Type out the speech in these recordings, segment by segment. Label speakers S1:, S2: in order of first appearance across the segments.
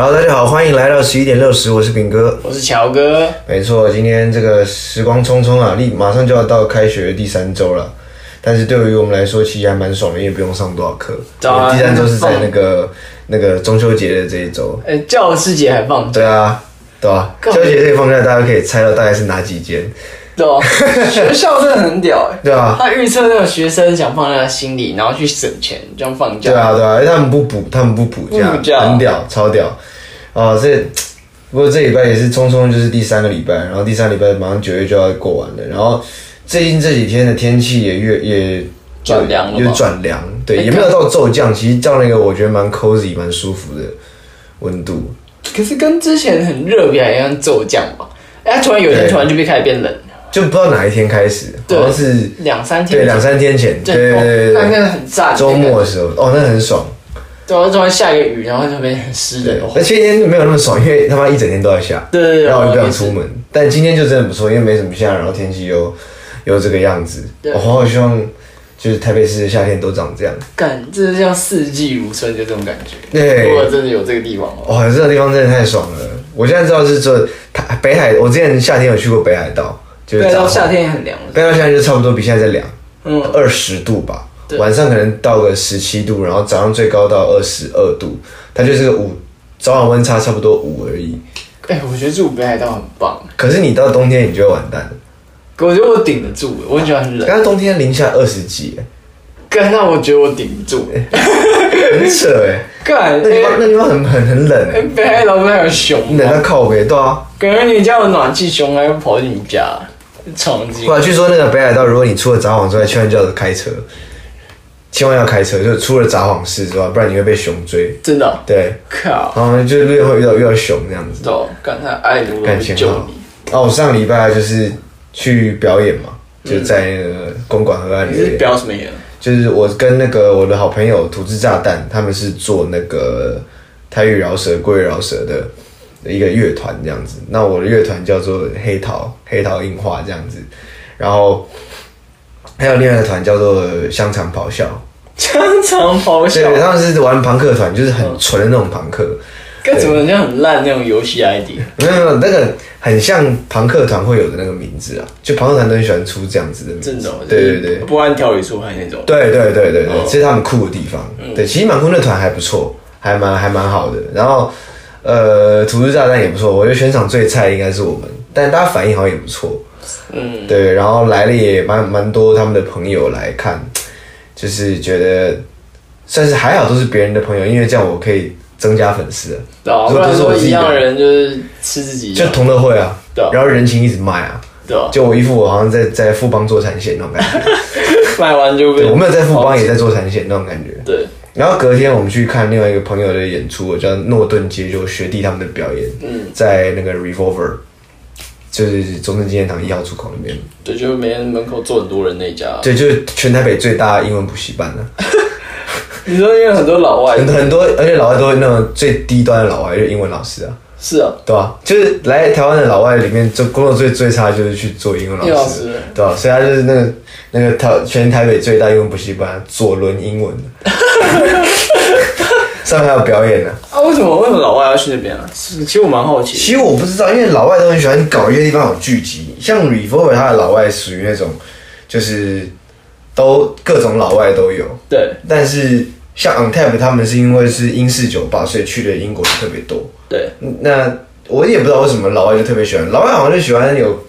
S1: 好，大家好，欢迎来到十一点六十，我是炳哥。
S2: 我是乔哥，
S1: 没错，今天这个时光匆匆啊，立马上就要到开学的第三周了。但是对于我们来说，其实还蛮爽的，因为不用上多少课。
S2: 对啊
S1: 第三周是在那个那个中秋节的这一周。
S2: 呃，教师节还放假，
S1: 对啊，对啊，
S2: 干
S1: 中秋节这个放假，大家可以猜到大概是哪几间？
S2: 对哦，学校真的很屌哎，
S1: 对啊，
S2: 他预测那个学生想放在心里，然后去省钱，这样放假，
S1: 对啊，对啊，因为他们不补，他们不补假，
S2: 不补假
S1: 很屌，超屌。啊、这不过这礼拜也是匆匆，就是第三个礼拜，然后第三个礼拜马上九月就要过完了，然后最近这几天的天气也越也
S2: 转凉了吗
S1: 有转凉，对，
S2: 哎
S1: 也没有到骤降，其实到那个我觉得蛮 cozy、蛮舒服的温度。
S2: 可是跟之前很热比还一样骤降吧，哎，突然有一天
S1: 对
S2: 突然就变开始变冷，
S1: 就不知道哪一天开始，
S2: 对
S1: 好像是
S2: 两三天，
S1: 对两三天前，对对对
S2: 那
S1: 对
S2: 应
S1: 对，
S2: 该很赞，
S1: 周末的时候，哦，那很爽。
S2: 对啊，突然下一个雨，然后就变很湿
S1: 对
S2: 的，，
S1: 那前几天没有那么爽，因为他妈一整天都在下。
S2: 对对对，
S1: 然后我就不想
S2: 也是啊
S1: 出门。但今天就真的不错，因为没什么下，然后天气又又这个样子。
S2: 对
S1: 我好好希望就是台北市的夏天都长这样。
S2: 干，这是叫四季如春，就这种感觉。
S1: 对
S2: 如，果真的有这个地方哦，
S1: 哇，这个地方真的太爽了！我现在知道是这台北海，我之前夏天有去过北海道，就是
S2: 对，
S1: 札
S2: 到
S1: 幌
S2: 夏，天也很凉了，
S1: 北海道夏天就差不多比现在再凉，
S2: 嗯，
S1: 二十度吧。
S2: 对
S1: 晚上可能到个十七度，然后早上最高到二十二度，它就是个五早晚温差差不多五而已。
S2: 哎、我觉得住北海道很棒，
S1: 可是你到冬天你就会完蛋了，
S2: 我觉得我顶得住，我很喜欢很冷。
S1: 刚刚冬天零下二十几，
S2: 干，那我觉得我顶不 住。
S1: 很扯哎。
S2: 干，
S1: 那地方
S2: 哎
S1: 那地方很很很冷欸，
S2: 哎北海道不是还有熊
S1: 你冷
S2: 吗？
S1: 到靠北，对啊。
S2: 感觉你家有暖气，熊还会跑进你家，闯进
S1: 后。来据说那个北海道，如果你出了札幌之外，千万就要开车，千万要开车，就是出了札幌市之外，不然你会被熊追。
S2: 真的哦、
S1: 对，
S2: 靠，
S1: 然后就路上会遇到遇到熊这样子。
S2: 走，干他爱如
S1: 感
S2: 我
S1: 情
S2: 救
S1: 好
S2: 你。
S1: 哦，我上礼拜就是去表演嘛，就在那个公馆河岸
S2: 你
S1: 里
S2: 是
S1: 面，
S2: 表什么演？
S1: 就是我跟那个我的好朋友土制炸弹，他们是做那个台语饶舌、国语饶舌的。一个乐团这样子。那我的乐团叫做黑桃黑桃樱花这样子，然后还有另外一个团叫做香肠咆哮，
S2: 香肠咆哮，
S1: 对，他们是玩朋克团，就是很纯的那种朋克，
S2: 干怎么人家很烂那种游戏 ID？
S1: 没有没有那个很像朋克团会有的那个名字啊，就朋克团都很喜欢出这样子的名字，
S2: 真的哦，
S1: 对对对。
S2: 不按条理出牌那种。
S1: 对对对对对，
S2: 哦
S1: 这是他们酷的地方。
S2: 嗯
S1: 对，其实满酷那团还不错，还蛮还蛮好的。然后，呃，土著炸弹也不错，我觉得全场最菜应该是我们，但大家反应好像也不错。
S2: 嗯，
S1: 对，然后来了也蛮蛮多他们的朋友来看，就是觉得算是还好都是别人的朋友，因为这样我可以增加粉丝啊，
S2: 对啊，
S1: 如
S2: 不
S1: 果都
S2: 然
S1: 是我
S2: 说
S1: 自己
S2: 一样
S1: 的
S2: 的人就是吃自己一
S1: 就
S2: 样，
S1: 同乐会啊，
S2: 对啊
S1: 然后人情一直卖啊，
S2: 对吧？
S1: 就我一副我好像在在富邦做产险那种 感觉，
S2: 卖完就被哦
S1: 对我没有在富邦也在做产险那种感觉。
S2: 对，
S1: 然后隔天我们去看另外一个朋友的演出，我叫诺顿街，就我学弟他们的表演，
S2: 嗯，
S1: 在那个 Revolver，就是中正纪念堂一号出口那边，
S2: 对，就每天门口坐很多人那一家。
S1: 对，就是全台北最大的英文补习班了、
S2: 你说因为很多老外
S1: 很多很多，而且老外都是那种最低端的老外，就是英文老师啊，
S2: 是啊，
S1: 对吧、就是来台湾的老外里面，就工作最最差就是去做英文
S2: 英文
S1: 老
S2: 老
S1: 师
S2: 师，
S1: 对吧、所以他就是那个那个台全台北最大英文补习班，左轮英文，上面还有表演呢、
S2: 啊，为什么为什么老外要去那边啊？是其实我蛮好奇，
S1: 其实我不知道，因为老外都很喜欢搞一些地方有聚集，像 Revolver 他的老外属于那种，就是都各种老外都有，
S2: 对
S1: 但是像 OnTap 他们是因为是英式酒吧，所以去的英国人特别多。
S2: 对，
S1: 那我也不知道为什么老外就特别喜欢，老外好像就喜欢有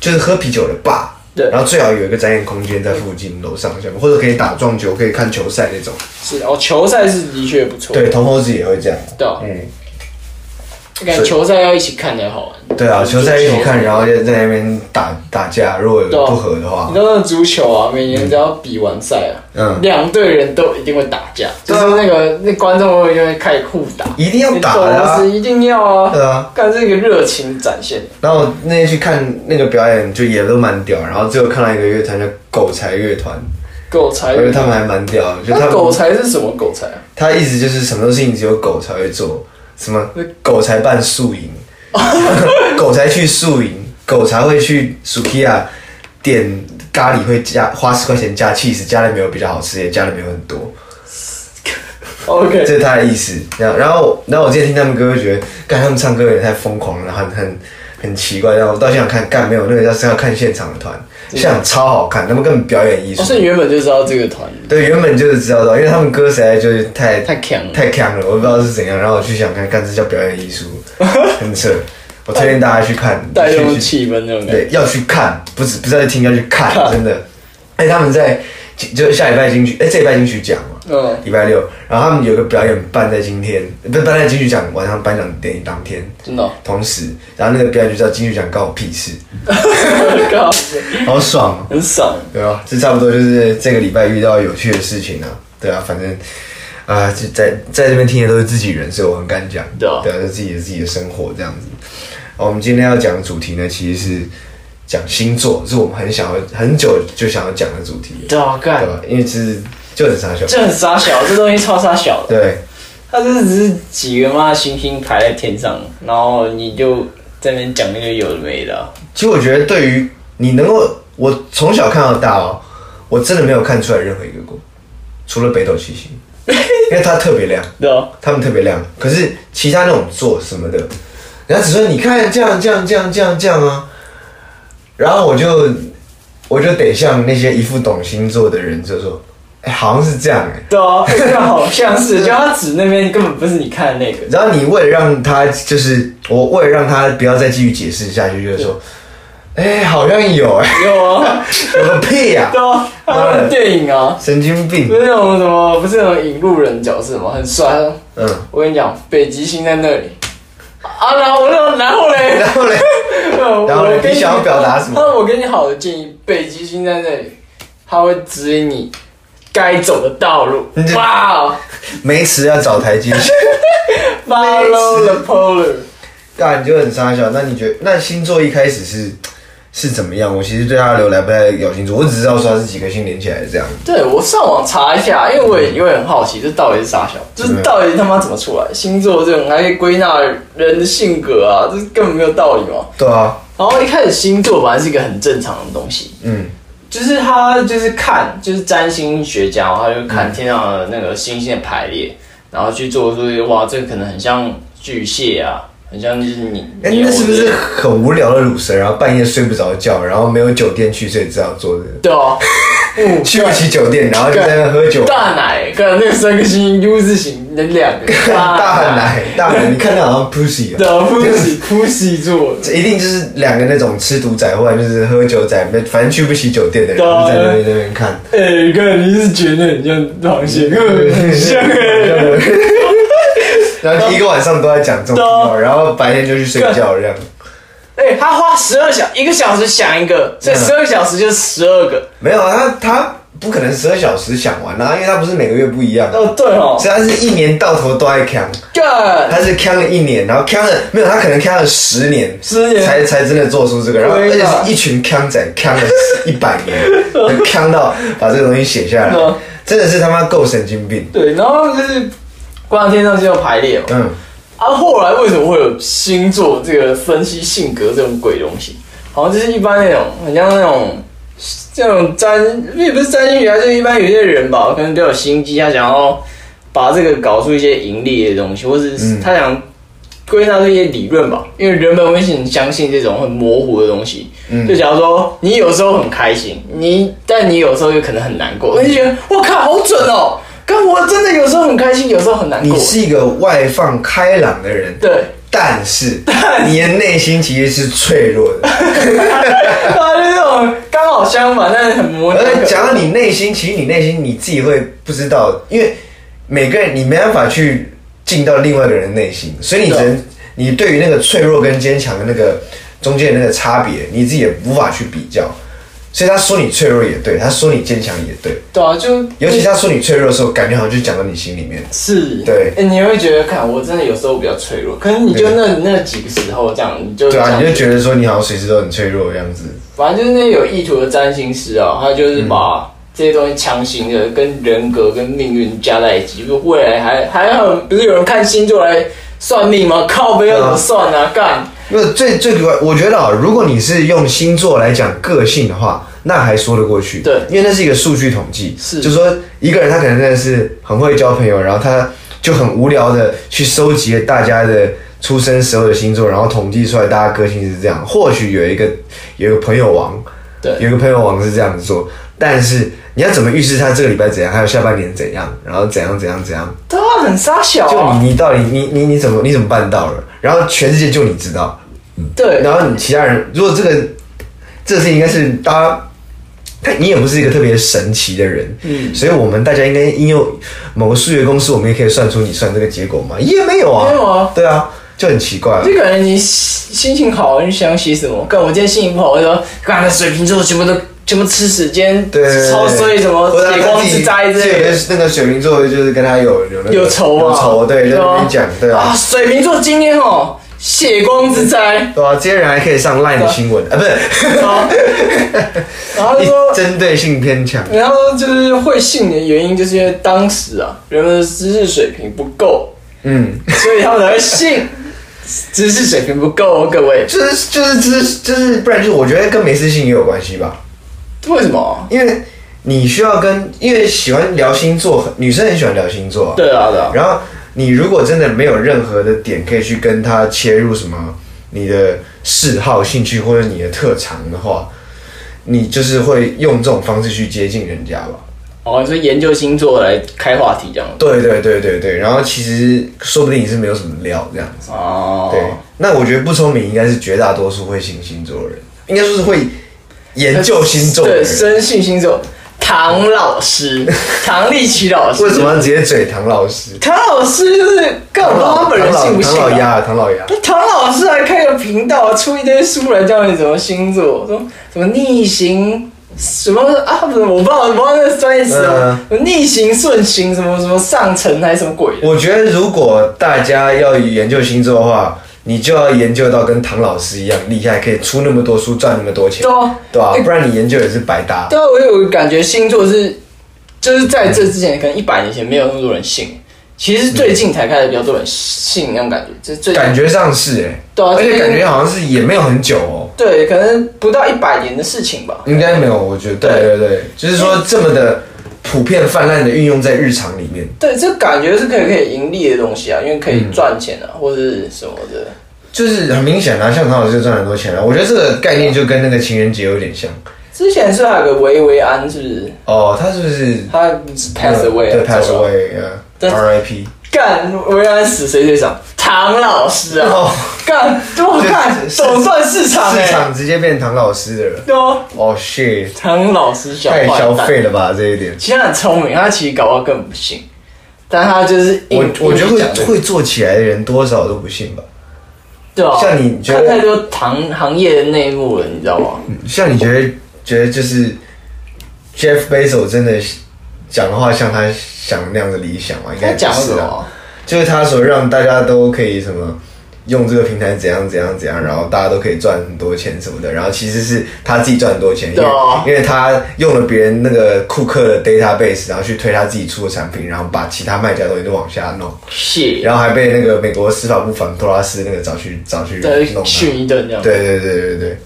S1: 就是喝啤酒的吧，
S2: 对
S1: 然后最好有一个展演空间在附近楼上下面，或者可以打撞球，可以看球赛那种。
S2: 是哦，球赛是的确不错，
S1: 对，铜猴子也会这样。
S2: 对啊，
S1: 嗯，
S2: 感觉球赛要一起看才好玩。
S1: 对啊，球赛一起看，然后就啊在那边打打架，如果有不合的话
S2: 你，知道那个足球啊，每年只要比完赛啊，
S1: 嗯
S2: 两队人都一定会打架，就
S1: 对啊
S2: 是那个那观众会就会开始互打，哎
S1: 一定要打的、
S2: 你懂
S1: 啊
S2: 是。一定要啊，
S1: 对啊，
S2: 看这个热情展现，
S1: 然后我那天去看那个表演，就也都蛮屌，然后最后看到一个乐团叫狗才乐团，
S2: 狗才
S1: 我觉得他们还蛮屌的，就他
S2: 哎那
S1: 们
S2: 狗才是什么狗才啊？
S1: 他意思就是什么事情只有狗才会做，什么狗才办宿 营，狗才去宿营，狗才会去 Sukiya 点咖喱会加花十块钱加 cheese，加的没有比较好吃，也加的没有很多。
S2: OK，
S1: 这是他的意思。然后，然后，然后我之前听他们歌，会觉得干他们唱歌有点太疯狂了，很很很奇怪。然后我到现场看，干没有那个要是要看现场的团，现场超好看，他们根本表演艺术
S2: 哦，。所以你原本就知道这个团
S1: 对，原本就是知道的，因为他们歌实在就是太
S2: 太强了。
S1: 太强了，我不知道是怎样。然后我去想看，干这叫表演艺术，很扯。我推荐大家去看，
S2: 带
S1: 去
S2: 动
S1: 去
S2: 气氛那种感觉。
S1: 对，要去看，不是不是要去听，要去看，
S2: 看
S1: 真的。哎，他们在就下礼拜金曲，哎，这礼拜金曲奖嘛，
S2: 嗯
S1: 礼拜六，然后他们有个表演办在今天，不是办在金曲奖晚上颁奖典礼当天，
S2: 真的哦
S1: 同时，然后那个表演就叫金曲奖关我屁事，
S2: 靠，
S1: 好爽、哦，
S2: 很爽。
S1: 对吧？这差不多就是这个礼拜遇到有趣的事情啊，对啊，反正。啊，就在在这边听的都是自己人，所以我很敢讲，
S2: 对啊
S1: 对啊，就自己的自己的生活这样子。好我们今天要讲的主题呢，其实是讲星座，是我们很想要很久就想要讲的主题，
S2: 对啊，
S1: 对
S2: 干，
S1: 吧？因为其实就很傻笑，
S2: 这很傻小，这东西超傻小的。
S1: 对，
S2: 它这只是几个妈星星排在天上，然后你就在那边讲那些有的没的啊、
S1: 其实我觉得，对于你能够，我从小看到大哦，我真的没有看出来任何一个过，除了北斗 七星，因为它特别亮，
S2: 对啊，
S1: 他们特别亮。可是其他那种座什么的，人家只说你看这样这样这样这样这样啊，然后我就我就得像那些一副懂星座的人就说，哎、好像是这样哎、
S2: 对啊，这 好像是，就他指那边根本不是你看的那个，
S1: 然后你为了让他，就是我为了让他不要再继续解释下去，就是说，哎、好像有哎、
S2: 有啊，
S1: 有个屁呀、
S2: 对啊，他们电影啊，
S1: 神经病
S2: 不。是那种什么，不是那种引路人角色吗？很帅啊。
S1: 嗯，
S2: 我跟你讲，北极星在那里。啊，然后我说，然后嘞，
S1: 然后嘞，然后嘞
S2: 我跟
S1: 你想要表达什么
S2: 那我给你好的建议，北极星在那里，他会指引你该走的道路
S1: 你这。
S2: 哇
S1: 没词要找台阶下，
S2: ，Follow the polar。
S1: 那啊你就很傻笑。那你觉得那星座一开始是是怎么样？我其实对他的由来不太有清楚，我只知道说他是几颗星连起来这样。
S2: 对我上网查一下，因为我也因为很好奇，这到底是啥小，这
S1: 嗯
S2: 到底他妈怎么出来？星座这种还可以归纳人的性格啊，这根本没有道理嘛。
S1: 对啊，
S2: 然后一开始星座本来是一个很正常的东西，
S1: 嗯，
S2: 就是他就是看，就是占星学家嘛，他就
S1: 嗯
S2: 看天上的那个星星的排列，然后去做出一个哇，这个可能很像巨蟹啊，很像就是你，
S1: 哎、
S2: 牛
S1: 那是不是很无聊的乳蛇？然后半夜睡不着觉，然后没有酒店去，所以只好做这个。
S2: 对哦，嗯，
S1: 去不起酒店，然后就在那喝酒，
S2: 大奶，跟那个三个星 U 字形那两 个
S1: 大奶，大奶，你看他好像 pussy
S2: 的
S1: 啊，
S2: pussy pussy 座，
S1: 这一定就是两个那种吃毒仔，或者就是喝酒仔，反正去不起酒店的人，
S2: 对啊
S1: 就在那边那边看。
S2: 哎、看你是觉得很像 螃蟹，很像哎、
S1: 然后一个晚上都在讲这种屁话，然后白天就去睡觉这样。
S2: 哎、他花十二小一个小时想一个，所以十二小时就是十二个，
S1: 没有啊，他他不可能十二小时想完啊，因为他不是每个月不一样啊，
S2: 哦对哦，
S1: 所以他是一年到头都在扛，
S2: 干。
S1: 他是扛了一年，然后扛了没有，他可能扛了十年，
S2: 十年
S1: 才才真的做出这个，然后而
S2: 对
S1: 且
S2: 啊
S1: 是一群扛仔扛了一百年， 扛到把这个东西写下来
S2: 对啊，
S1: 真的是他妈够神经病。
S2: 对，然后就是光天上就要排列嘛。
S1: 嗯，
S2: 啊，后来为什么会有星座这个分析性格这种鬼东西？好像就是一般那种，很像那种这种占，也不是占星学啊，就一般有些人吧，可能比较有心机，他想要把这个搞出一些盈利的东西，或是
S1: 嗯
S2: 他想归纳出一些理论吧。因为人们会很相信这种很模糊的东西。
S1: 嗯
S2: 就假如说你有时候很开心，你但你有时候又可能很难过，你就觉得我靠好准哦！但我真的有时候很开心，有时候很难过
S1: 你。是一个外放开朗的人，
S2: 对，
S1: 但是你的内心其实是脆弱 的。
S2: 啊，就是那种刚好相反，但是很模 棱。
S1: 而讲到你内心，其实你内心你自己会不知道，因为每个人你没办法去进到另外一个人内心，所以你只
S2: 对
S1: 能你对于那个脆弱跟坚强的那个中间的那个差别，你自己也无法去比较。所以他说你脆弱也对，他说你坚强也对，
S2: 对啊，就
S1: 尤其他说你脆弱的时候，感觉好像就讲到你心里面。
S2: 是
S1: 对
S2: 哎，你会觉得，看我真的有时候比较脆弱，可是你就那那几个时候这样，你就
S1: 对
S2: 这
S1: 啊，
S2: 样
S1: 你就觉得说你好像随时都很脆弱的样子。
S2: 反正就是那些有意图的占星师啊，他就是
S1: 嗯
S2: 把这些东西强行的跟人格跟命运加在一起，就是未来还还有不是有人看星座来算命吗？靠背要
S1: 嗯
S2: 怎么算啊？干
S1: 因为最最主要，我觉得啊，如果你是用星座来讲个性的话，那还说得过去。
S2: 对
S1: 因为那是一个数据统计，
S2: 是
S1: 就说一个人他可能真的是很会交朋友，然后他就很无聊的去收集了大家的出生时候的星座，然后统计出来大家个性是这样。或许有一个有一个朋友王，
S2: 对
S1: 有一个朋友王是这样子做，但是你要怎么预示他这个礼拜怎样，还有下半年怎样，然后怎样怎样怎样？
S2: 对啊，很傻小
S1: 就
S2: 啊，
S1: 你你到底你你你怎么你怎么办到了？然后全世界就你知道，
S2: 对，
S1: 然后你其他人，如果这个这个事情应该是大家，他你也不是一个特别神奇的人，嗯，所以我们大家应该应用某个数学公式，我们也可以算出你算这个结果嘛？也没有啊，
S2: 没有啊
S1: 对啊，就很奇怪啊、
S2: 就感觉你心心情好，你想洗什么？干，我今天心情不好，我就说干，那水瓶座全部都全部吃屎，今天
S1: 对对对，
S2: 超衰，什么
S1: 或者他
S2: 血光之灾之类
S1: 自
S2: 的
S1: 己。是那个水瓶座就是跟他有有那个
S2: 有仇啊，
S1: 有仇，对，在
S2: 啊
S1: 那边讲，对
S2: 啊，
S1: 啊，
S2: 水瓶座今天 哦，血光之灾，
S1: 对啊，这些人还可以上 LINE 的新闻啊，不是，
S2: 啊然 后他说，
S1: 针对性偏强，
S2: 然后就是会信的原因，就是因为当时啊，人们的知识水平不够，
S1: 嗯。
S2: 所以他们才 会信。知识水平不够，各位，
S1: 就是就是就是就是，不然就是我觉得跟没自信也有关系吧，
S2: 为什么？啊
S1: 因为你需要跟，因为喜欢聊星座，女生很喜欢聊星座，
S2: 对啊，对啊，
S1: 然后你如果真的没有任何的点可以去跟她切入什么你的嗜好、兴趣或者你的特长的话，你就是会用这种方式去接近人家吧。
S2: 哦，你说研究星座来开话题这样子
S1: 对对对对对，然后其实说不定你是没有什么料这样子。
S2: 哦，
S1: 对，那我觉得不聪明应该是绝大多数会信星座的人，应该说是会研究星座的
S2: 对，
S1: 人。
S2: 深信星座，唐老 师，唐立奇老师，
S1: 为什么要直接嘴唐老师？
S2: 唐老师就是 干我不知道他本人信不信
S1: 唐老
S2: 啊？
S1: 鸭，唐老鸭。
S2: 那唐老师还开个频道，出一堆书来教你怎么星座，说什么逆行。什么啊？不是，我不知道，我不知道那个专业词
S1: 嗯
S2: 啊。什么逆行、顺行，什么什么上乘还是什么鬼的？
S1: 我觉得如果大家要研究星座的话，你就要研究到跟唐老师一样厉害，可以出那么多书，赚那么多钱
S2: 对，啊，
S1: 对吧、不然你研究也是白搭。
S2: 对啊，我有感觉星座是，就是在这之前，可能一百年前没有那么多人信，其实是最近才开始比较多人信那种感觉，就是最近
S1: 感觉上是哎、
S2: 对啊，
S1: 而且
S2: 就是
S1: 感觉好像是也没有很久哦，
S2: 对，可能不到一百年的事情吧。
S1: 应该没有，我觉得对对对，就是说这么的普遍泛滥的运用在日常里面。
S2: 对，这感觉是可以可以盈利的东西啊，因为可
S1: 嗯
S2: 以赚钱啊，或者是什么的。
S1: 就是很明显啊，像唐老师就赚很多钱了、啊我觉得这个概念就跟那个情人节有点像
S2: 之前是还有个维维安，是不是？
S1: 哦，他是不是呃
S2: 他不是 pass away，
S1: 对，pass
S2: 走了
S1: away，呃
S2: 但是
S1: RIP。
S2: 干维安死谁最爽？唐老师啊！
S1: 哦，
S2: 干，我
S1: 对
S2: 干，
S1: 是
S2: 总算市场
S1: 市
S2: 哎，
S1: 场直接变唐老师的了。
S2: 对哦，
S1: 哦、shit，
S2: 唐老师小
S1: 太
S2: 坏
S1: 消
S2: 蛋。
S1: 费了吧这一点。
S2: 其实他很聪明，他其实搞不好根本不信，但他就是硬
S1: 我我觉得
S2: 硬讲这
S1: 会
S2: 个
S1: 会做起来的人多少都不信吧。
S2: 对啊，
S1: 像你觉得嗯
S2: 看太多行行业的内幕了，你知道吗？
S1: 像你觉得觉得就是 Jeff Bezos 真的讲话像他想那样的理想吗？应
S2: 他
S1: 该
S2: 讲
S1: 不是
S2: 什
S1: 啊
S2: 么？
S1: 就是他所让大家都可以什么用这个平台怎样怎样怎样，然后大家都可以赚很多钱什么的，然后其实是他自己赚很多钱，因为、
S2: 对啊
S1: 因为他用了别人那个库克的 database，然后去推他自己出的产品，然后把其他卖家东西都往下啊弄，
S2: 是，
S1: 然后还被那个美国司法部反托拉斯那个找去找去
S2: 再
S1: 弄他。
S2: 训一顿这样。
S1: 对对对对对，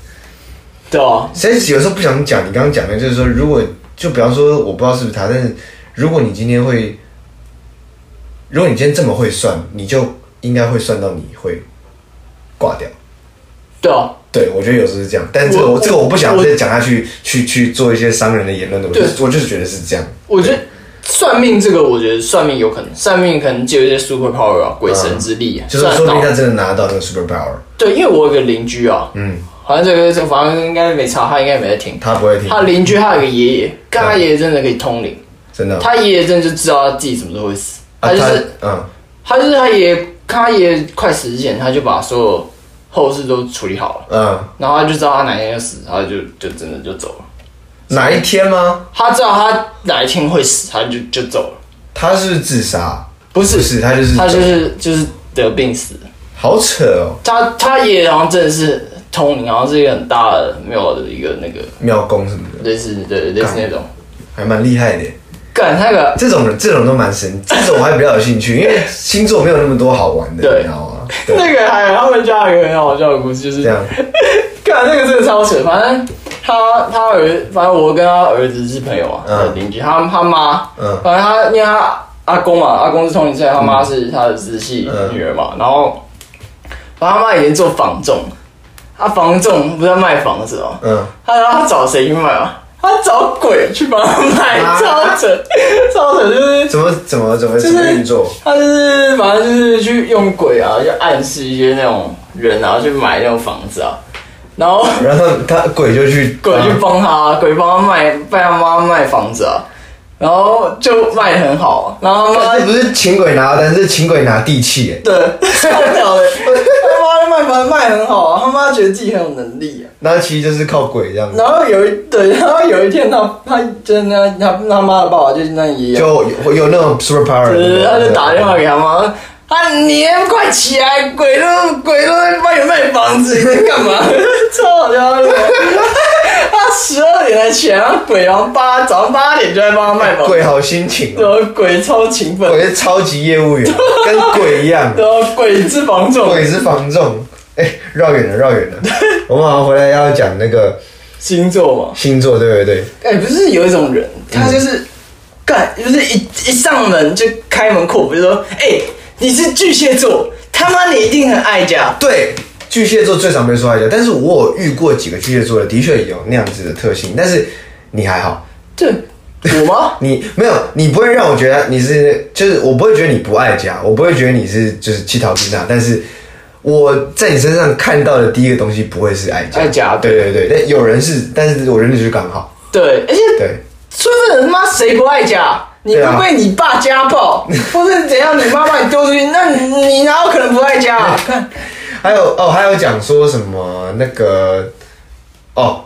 S2: 对啊，
S1: 所以有时候不想讲，你刚刚讲的就是说，如果就比方说，我不知道是不是他，但是如果你今天会，如果你今天这么会算，你就应该会算到你会挂掉。
S2: 对啊，
S1: 对，我觉得有时候是这样，但是这个
S2: 我
S1: 我这个我不想
S2: 我
S1: 再讲下去，去去做一些伤人的言论的，我就
S2: 对
S1: 我就是觉得是这样。
S2: 我觉得算命这个，我觉得算命有可能，算命可能借一些 super power 啊，鬼神之力啊，
S1: 嗯就是
S2: 算
S1: 说不定
S2: 到
S1: 他真的拿到那个 super power，
S2: 对，因为我有个邻居啊，
S1: 嗯，
S2: 好像这个这个反正应该没查，他应该没在听。
S1: 他不会听，嗯
S2: 他邻居他有个爷爷，干他爷爷真的可以通灵，
S1: 真的。
S2: 他爷爷真的就知道他自己什么时候会死，他
S1: 啊
S2: 就是
S1: 他嗯，
S2: 他就是他爷爷，他爷爷快死之前，他就把所有后事都处理好了，
S1: 嗯，
S2: 然后他就知道他哪天要死，然后就就真的就走了。
S1: 哪一天吗？
S2: 他知道他哪一天会死，他就就走了。
S1: 他是不是自杀？
S2: 不是，
S1: 不是，他就是
S2: 他就是就是得病死的。
S1: 好扯哦，
S2: 他他也好像真的是通灵，然后是一个很大的庙的一个那个
S1: 庙公什么的，
S2: 类似对类似那种。
S1: 还蛮厉害的耶。
S2: 干那个
S1: 这种人，这种都蛮神，这种我还比较有兴趣，因为星座没有那么多好玩的，
S2: 对
S1: 你知道吗？对，
S2: 那个还有他们家有一个很好笑的故事，就是
S1: 这样，
S2: 干那个真的超扯。反正他他儿，反正我跟他儿子是朋友嘛，
S1: 嗯
S2: 邻居。他他妈，
S1: 嗯
S2: 反正他因为他阿公嘛，阿公是通灵菜，他妈是他的直系女儿
S1: 嗯
S2: 嘛，然后他妈以前做房仲，他房仲不是要卖房子哦，
S1: 嗯，
S2: 他他找谁去卖啊？他找鬼去帮他卖，
S1: 啊
S2: 超扯，超扯，就是
S1: 怎么怎么怎么
S2: 就
S1: 怎
S2: 是
S1: 么运作？
S2: 他就是反正就是去用鬼啊，就暗示一些那种人啊，去买那种房子啊，然后
S1: 然后他鬼就去
S2: 鬼去
S1: 啊
S2: 帮他，鬼帮他卖，帮他妈卖房子啊，然后就卖得很好，啊然后他妈
S1: 这 不是请鬼拿，但是请鬼拿地气耶。
S2: 对，超屌的，他妈的卖房卖很好啊，他妈觉得自己很有能力啊。
S1: 那其实就是靠鬼这样子，
S2: 然后有一对，然后有一天他他真的他他妈的爸爸就是那爷爷，
S1: 就有有那种 super power，
S2: 对，他就呃打电话给他妈，啊你快起来，鬼都鬼都在帮你卖房子，你在干嘛？ 超好笑的。 他十二点才起来，然后鬼然后八早上八点就在帮他卖房子，
S1: 鬼好心情
S2: 然
S1: 哦，
S2: 后鬼超勤奋，
S1: 鬼是超级业务员，跟鬼一样，
S2: 然后鬼是房仲，
S1: 鬼是房仲。哎，绕远了，绕远 了。我们好像回来要讲那个
S2: 星座嘛。
S1: 星座，对不对？
S2: 哎、不是有一种人，
S1: 嗯
S2: 他就是干、就是一一上门就开门阔步，就说：“哎、你是巨蟹座，他妈你一定很爱家。
S1: 对，巨蟹座最常被说爱家，但是我有遇过几个巨蟹座的，的确有那样子的特性，但是你还好，”
S2: 对，我吗？
S1: 你没有，你不会让我觉得你是，就是我不会觉得你不爱家，我不会觉得你是就是去逃避那，但是我在你身上看到的第一个东西不会是爱家，
S2: 爱家
S1: 对对对，但有人是，但是我人类就是刚好，
S2: 对，而且
S1: 对，
S2: 说真的，他妈谁不爱家？你
S1: 对啊
S2: 不被你爸家暴， 或是怎样，你妈把你丢出去，那你你哪有可能不爱家、 啊？看
S1: 还有哦，还有讲说什么那个哦，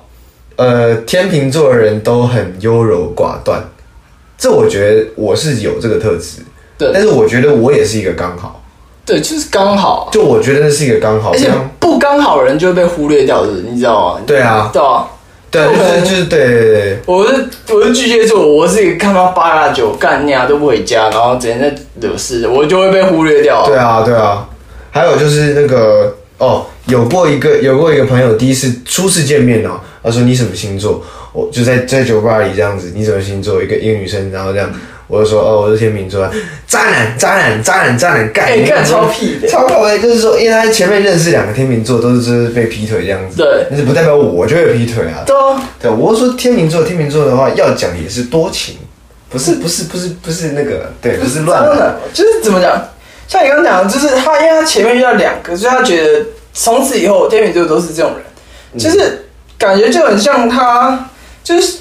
S1: 呃，天秤座的人都很优柔寡断，这我觉得我是有这个特质，
S2: 对
S1: 但是我觉得我也是一个刚好，
S2: 对，就是刚好，
S1: 就我觉得是一个刚好，
S2: 而且
S1: 刚
S2: 不刚好的人就会被忽略掉的，你知道吗？
S1: 对啊
S2: 对啊。
S1: 对，就
S2: 不可
S1: 是
S2: 能
S1: 就是对对对对。
S2: 我是我是巨蟹座，我是一个看到八大九干你啊都不回家，然后整天在惹事，我就会被忽略掉。
S1: 对啊，对啊，还有就是那个哦，有过一个有过一个朋友，第一次初次见面哦，他说你什么星座？我就在在酒吧里这样子，你什么星座？一个一个女生，然后这样，我就说哦，我是天秤座，渣男，渣男，渣男，渣男，干，
S2: 哎
S1: 你
S2: 干超屁的
S1: 超靠背，就是说，因为他前面认识两个天秤座都是就是被劈腿这样子，
S2: 对
S1: 但是不代表我就会劈腿啊，
S2: 对啊，
S1: 对，我是说天秤座，天秤座的话要讲也是多情，不是不是不是不是那个，对，不是乱
S2: 真
S1: 来。
S2: 的就是怎么讲？像你刚刚讲的，就是他，因为他前面遇到两个，所以他觉得从此以后天秤座都是这种人，
S1: 嗯
S2: 就是感觉就很像他，就是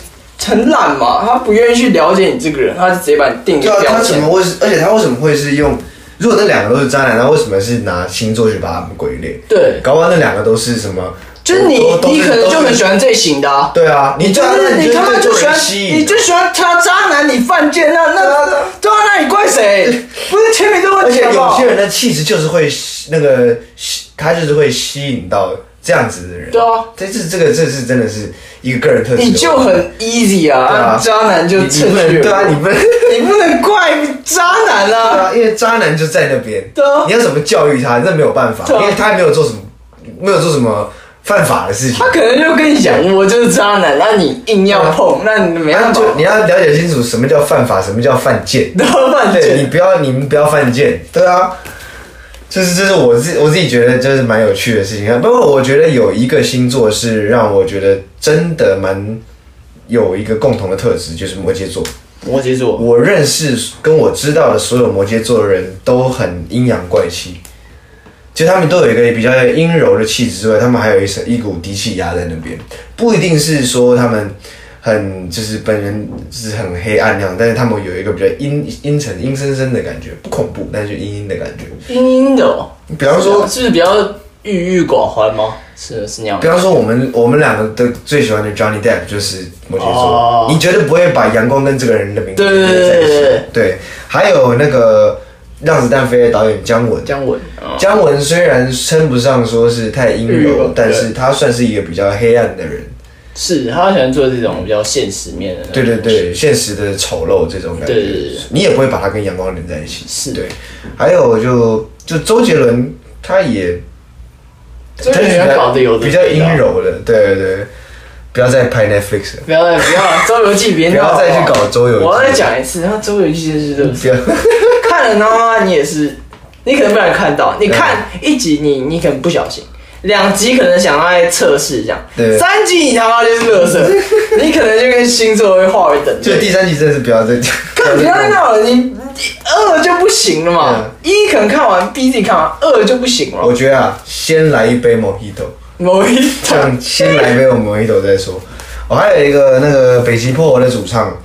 S2: 很懒嘛，他不愿意去了解你这个人，他就直接把你定一
S1: 对
S2: 个
S1: 啊，
S2: 标
S1: 他怎
S2: 签
S1: 么。会是？而且他为什么会是用？如果那两个都是渣男，那为什么是拿星座去把他们归类？
S2: 对，
S1: 搞不好那两个都是什么？
S2: 就是你
S1: 都，都
S2: 你可能就很
S1: 都
S2: 喜欢这型的啊。
S1: 对啊，你
S2: 就
S1: 渣
S2: 是
S1: 男
S2: 你他妈
S1: 对这
S2: 就
S1: 种
S2: 喜
S1: 人
S2: 欢，
S1: 吸引
S2: 你就喜欢他渣男，你犯贱，那那对啊，那你 怪谁？不是前面都啊问
S1: 而
S2: 题
S1: 且
S2: 好不
S1: 有
S2: 好
S1: 些？人的气质就是会吸那个，吸，他就是会吸引到这样子的人。
S2: 对啊
S1: 这是这个这是真的是一个个人特质的问题。
S2: 你就很 easy 啊，
S1: 对啊
S2: 啊渣男就
S1: 你你
S2: 趁
S1: 不能
S2: 虚而入
S1: 对啊，你不能对
S2: 你不能怪渣男啊，
S1: 啊，因为渣男就在那边。
S2: 对啊
S1: 你要怎么教育他？那没有办法，
S2: 对啊
S1: 因为他还没有做什么，没有做什么犯法的事情
S2: 他。可能就跟你讲，我就是渣男，那你硬要碰，那你没
S1: 你要
S2: 办法，
S1: 啊就你要了解清楚什么叫犯法，什么叫犯贱。
S2: 然后犯
S1: 对，你
S2: 贱。
S1: 不要你们不要犯贱。对啊，就是这是我自我自己觉得就是蛮有趣的事情。不过我觉得有一个星座是让我觉得真的蛮有一个共同的特质，就是摩羯座。
S2: 摩羯座，
S1: 我认识跟我知道的所有摩羯座的人都很阴阳怪气，就他们都有一个比较阴柔的气质之外，他们还有一身一股低气压在那边，不一定是说他们很就是本人就是很黑暗那样，但是他们有一个比较阴阴沉、阴森森的感觉，不恐怖，但是阴阴的感觉。
S2: 阴阴的哦。
S1: 比方说
S2: 是不是比较郁郁寡欢吗？是是那样吗
S1: 比。方说，我们我们两个的最喜欢的 Johnny Depp 就是摩羯座，
S2: 哦
S1: 你绝对不会把阳光跟这个人的名字
S2: 对对
S1: 连在一
S2: 对对
S1: 起
S2: 对。
S1: 对，还有那个《让子弹飞》的导演姜文，
S2: 姜文，
S1: 姜文虽然称不上说是太阴
S2: 哦阴
S1: 柔
S2: 柔，
S1: 但是他算是一个比较黑暗的人。
S2: 是他喜欢做这种比较现实面的。
S1: 对对，对，现实的丑陋这种感觉，
S2: 对对对
S1: 你也不会把它跟阳光连在一起。
S2: 是
S1: 对，还有就就周杰伦，他也
S2: 所以你要搞得有的
S1: 比较
S2: 没的
S1: 阴柔的，对对对。不要再拍 Netflix 了，
S2: 不要再不要 了周游记，别
S1: 不
S2: 闹
S1: 要再
S2: 好
S1: 去
S2: 不好
S1: 搞周游记。
S2: 我要再讲一次，他周游记就是这种
S1: 不要，
S2: 看了然后你也是，你可能不小心看到，你看一集你你可能不小心，两集可能想要来测试这样，
S1: 对
S2: 三集你他妈就是乐色， 你可能就跟星座会划为等
S1: 就
S2: 对。
S1: 第三集真的是不 要再讲。
S2: 看不要再闹了，你你二就不行了嘛，一可能看完，B 自己看完，二就不行了。
S1: 我觉得啊，先来一杯 Mojito，
S2: 某一
S1: 这
S2: 场
S1: 样先来一杯 Mojito 再说。我、还有一个那个北极破的主唱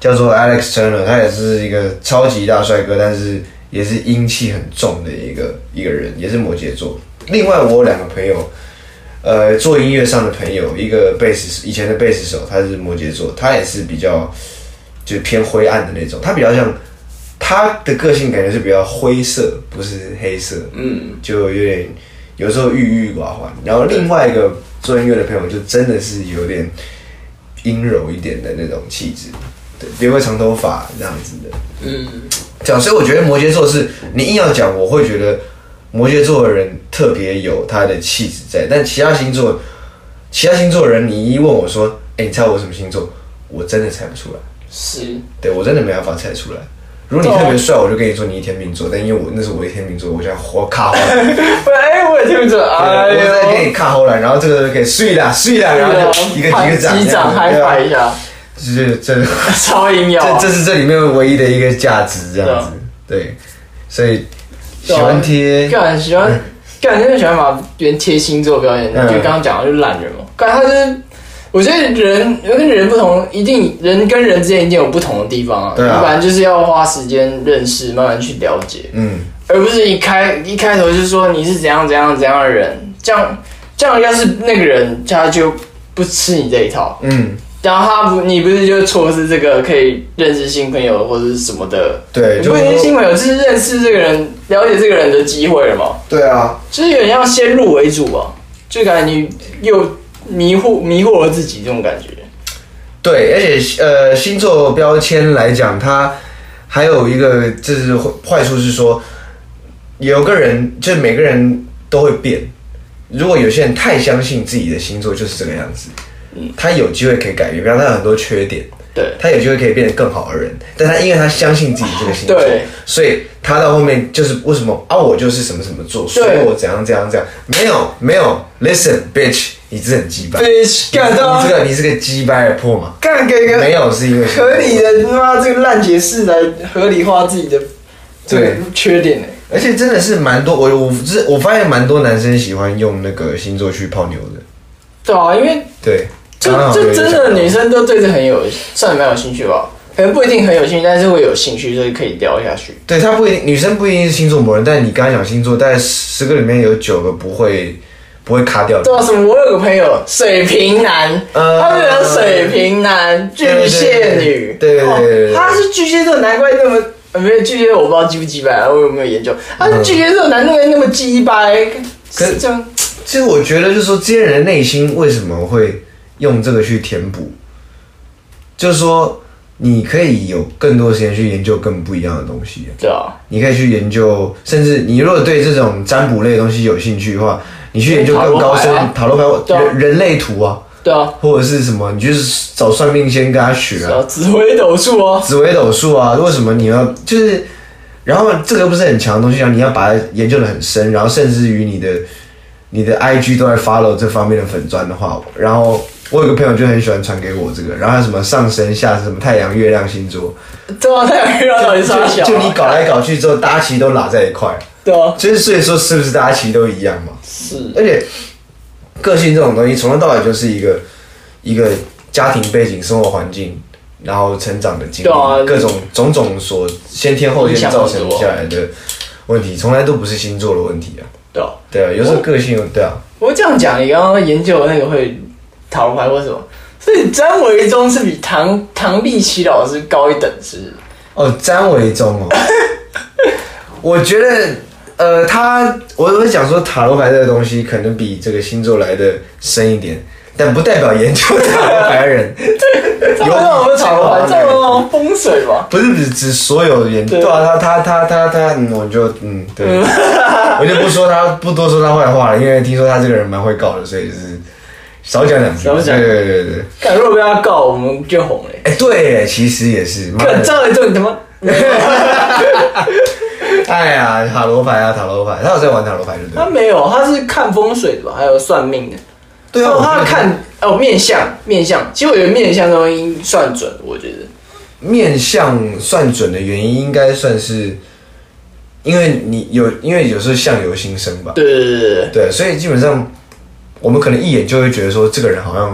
S1: 叫做 Alex Turner，他也是一个超级大帅哥，但是也是阴气很重的一个一个人，也是摩羯座。另外，我有两个朋友，呃，做音乐上的朋友，一个贝斯手以前的贝斯手，他是摩羯座，他也是比较就是偏灰暗的那种，他比较像他的个性感觉是比较灰色，不是黑色，嗯，就有点有时候郁郁寡欢。然后另外一个做音乐的朋友就真的是有点阴柔一点的那种气质，对，留个长头发这样子的，
S2: 嗯，
S1: 讲，所以我觉得摩羯座是你硬要讲，我会觉得摩羯座的人特别有他的气质在，但其他星座，其他星座的人，你一问我说，哎、你猜我什么星座？我真的猜不出来，
S2: 是
S1: 对我真的没办法猜出来。如果你特别帅，我就跟你说你一天秤座，但因为我那是我一天秤座，我想活卡喉兰，
S2: 哎，我也听不准，哎
S1: 我在给
S2: 呦
S1: 你，卡喉兰，然后这个就可以睡啦睡啦，然后就一个一
S2: 哎呦
S1: 个掌，
S2: 击掌嗨
S1: 对啊
S2: 拍一下，
S1: 就是这。
S2: 超啊营养
S1: 这。这是这里面唯一的一个价值，这样子。
S2: 啊
S1: 对，所以喜
S2: 对啊
S1: 欢贴，
S2: 干喜欢，干真的喜欢把别人贴星座标签，
S1: 嗯
S2: 就刚刚讲的就是懒人嘛。干他就是，我觉得人跟人不同，一定人跟人之间一定有不同的地方啊。
S1: 对啊
S2: 反正就是要花时间认识，慢慢去了解，
S1: 嗯，
S2: 而不是一开一开头就说你是怎样怎样怎样的人。这样这样，要是那个人他就不吃你这一套，
S1: 嗯，
S2: 然后他不你不是就错失这个可以认识新朋友或者是什么的。
S1: 对，
S2: 也
S1: 就
S2: 不一定是新朋友，就是认识这个人、了解这个人的机会了嘛。
S1: 对啊，
S2: 就是有点要先入为主啊，就感觉你又迷惑迷惑了自己这种感觉。
S1: 对，而且呃，星座标签来讲，它还有一个就是坏处是说，有个人就是每个人都会变。如果有些人太相信自己的星座就是这个样子，
S2: 嗯
S1: 他有机会可以改变，比方他有很多缺点，
S2: 对，
S1: 他有机会可以变得更好的人，但他因为他相信自己这个星座
S2: 对，
S1: 所以他到后面就是为什么啊，我就是什么什么座，所以我怎样怎样怎样，没有没有，listen bitch，你是很鸡掰，
S2: bitch，干到
S1: 你这个你是个鸡掰的破嘛，
S2: 干给一个
S1: 没有是因为
S2: 合理，的他妈这个烂解释来合理化自己的这个
S1: 对
S2: 缺点呢、
S1: 而且真的是蛮多，我我这我发现蛮多男生喜欢用那个星座去泡妞的，
S2: 对啊，因为
S1: 对，
S2: 就
S1: 刚好有
S2: 就
S1: 一个
S2: 真
S1: 讲
S2: 的
S1: 到
S2: 女生都对这很有，算蛮有兴趣吧，可能不一定很有兴趣，但是会有兴趣，所以可以聊下去。
S1: 对她不一定，女生不一定是星座魔人，但你刚才讲星座，大概十个里面有九个不会不会卡掉的
S2: 对。啊，什么？我有个朋友，水瓶男，
S1: 呃
S2: 他们有水瓶男、巨蟹女，
S1: 对对对对对对
S2: 哦他是巨蟹座，难怪那么呃没有巨蟹，我不知道鸡不鸡掰，我有没有研究？他是巨蟹座，难怪那么鸡掰，
S1: 嗯可
S2: 是这样
S1: 其实我觉得，就是说这些人的内心为什么会用这个去填补，就是说你可以有更多时间去研究更不一样的东西，
S2: 对啊，
S1: 你可以去研究，甚至你如果对这种占卜类的东西有兴趣的话，你去研究更高深塔罗牌或
S2: 对啊
S1: 人人类图啊，
S2: 对啊，
S1: 或者是什么，你就是找算命先跟他学
S2: 对
S1: 啊，
S2: 啊，紫微斗数哦，
S1: 紫微斗数啊，为什么你要就是，然后这个不是很强的东西啊，你要把它研究的很深，然后甚至于你的你的 IG 都在 follow 这方面的粉砖的话，然后我有个朋友就很喜欢传给我这个，然后还有什么上升下是什么太阳月亮星座，
S2: 对啊，太阳月亮到底啥小啊？
S1: 就你搞来搞去之后，大家其实都拉在一块，
S2: 对啊，
S1: 就是所以说是不是大家其实都一样嘛？
S2: 是
S1: 而且个性这种东西，从头到尾就是一个一个家庭背景、生活环境，然后成长的经历，
S2: 对啊
S1: 各种种种所先天后天造成下来的问题，从来都不是星座的问题啊。
S2: 对啊。
S1: 对啊，有时候个性对啊，
S2: 不过这样讲，你刚刚研究的那个会塔罗牌或什么，所以张维忠是比唐唐碧琪老师高一等是不是？
S1: 哦，詹维忠哦， 我觉得。呃，他我我想说塔罗牌这个东西可能比这个星座来的深一点，但不代表研究塔罗牌的 人
S2: 这么让我们吵吧，这么让我
S1: 有
S2: 们风水吧。
S1: 不是指指所有人，
S2: 对
S1: 对啊，他他他他他，嗯，我就嗯，对， 我就不说他，不多说他坏话了，因为听说他这个人蛮会搞的，所以就是少讲两句，
S2: 少讲
S1: 对对对对对，
S2: 看如果被他告，我们就红了欸。
S1: 哎、对，其实也是，妈
S2: 看
S1: 的，
S2: 张磊这你他妈，
S1: 哎呀，塔罗牌啊，塔罗牌，他有在玩塔罗牌，对不
S2: 他
S1: 对？
S2: 没有，他是看风水的吧，还有算命的。
S1: 对啊，
S2: 哦
S1: 我
S2: 他看哦面相，面相，其实我觉得面相这东西算准，我觉得。
S1: 面相算准的原因，应该算是因为你有，因为有时候相由心生吧，
S2: 对对对对对
S1: 对，所以基本上我们可能一眼就会觉得说这个人好像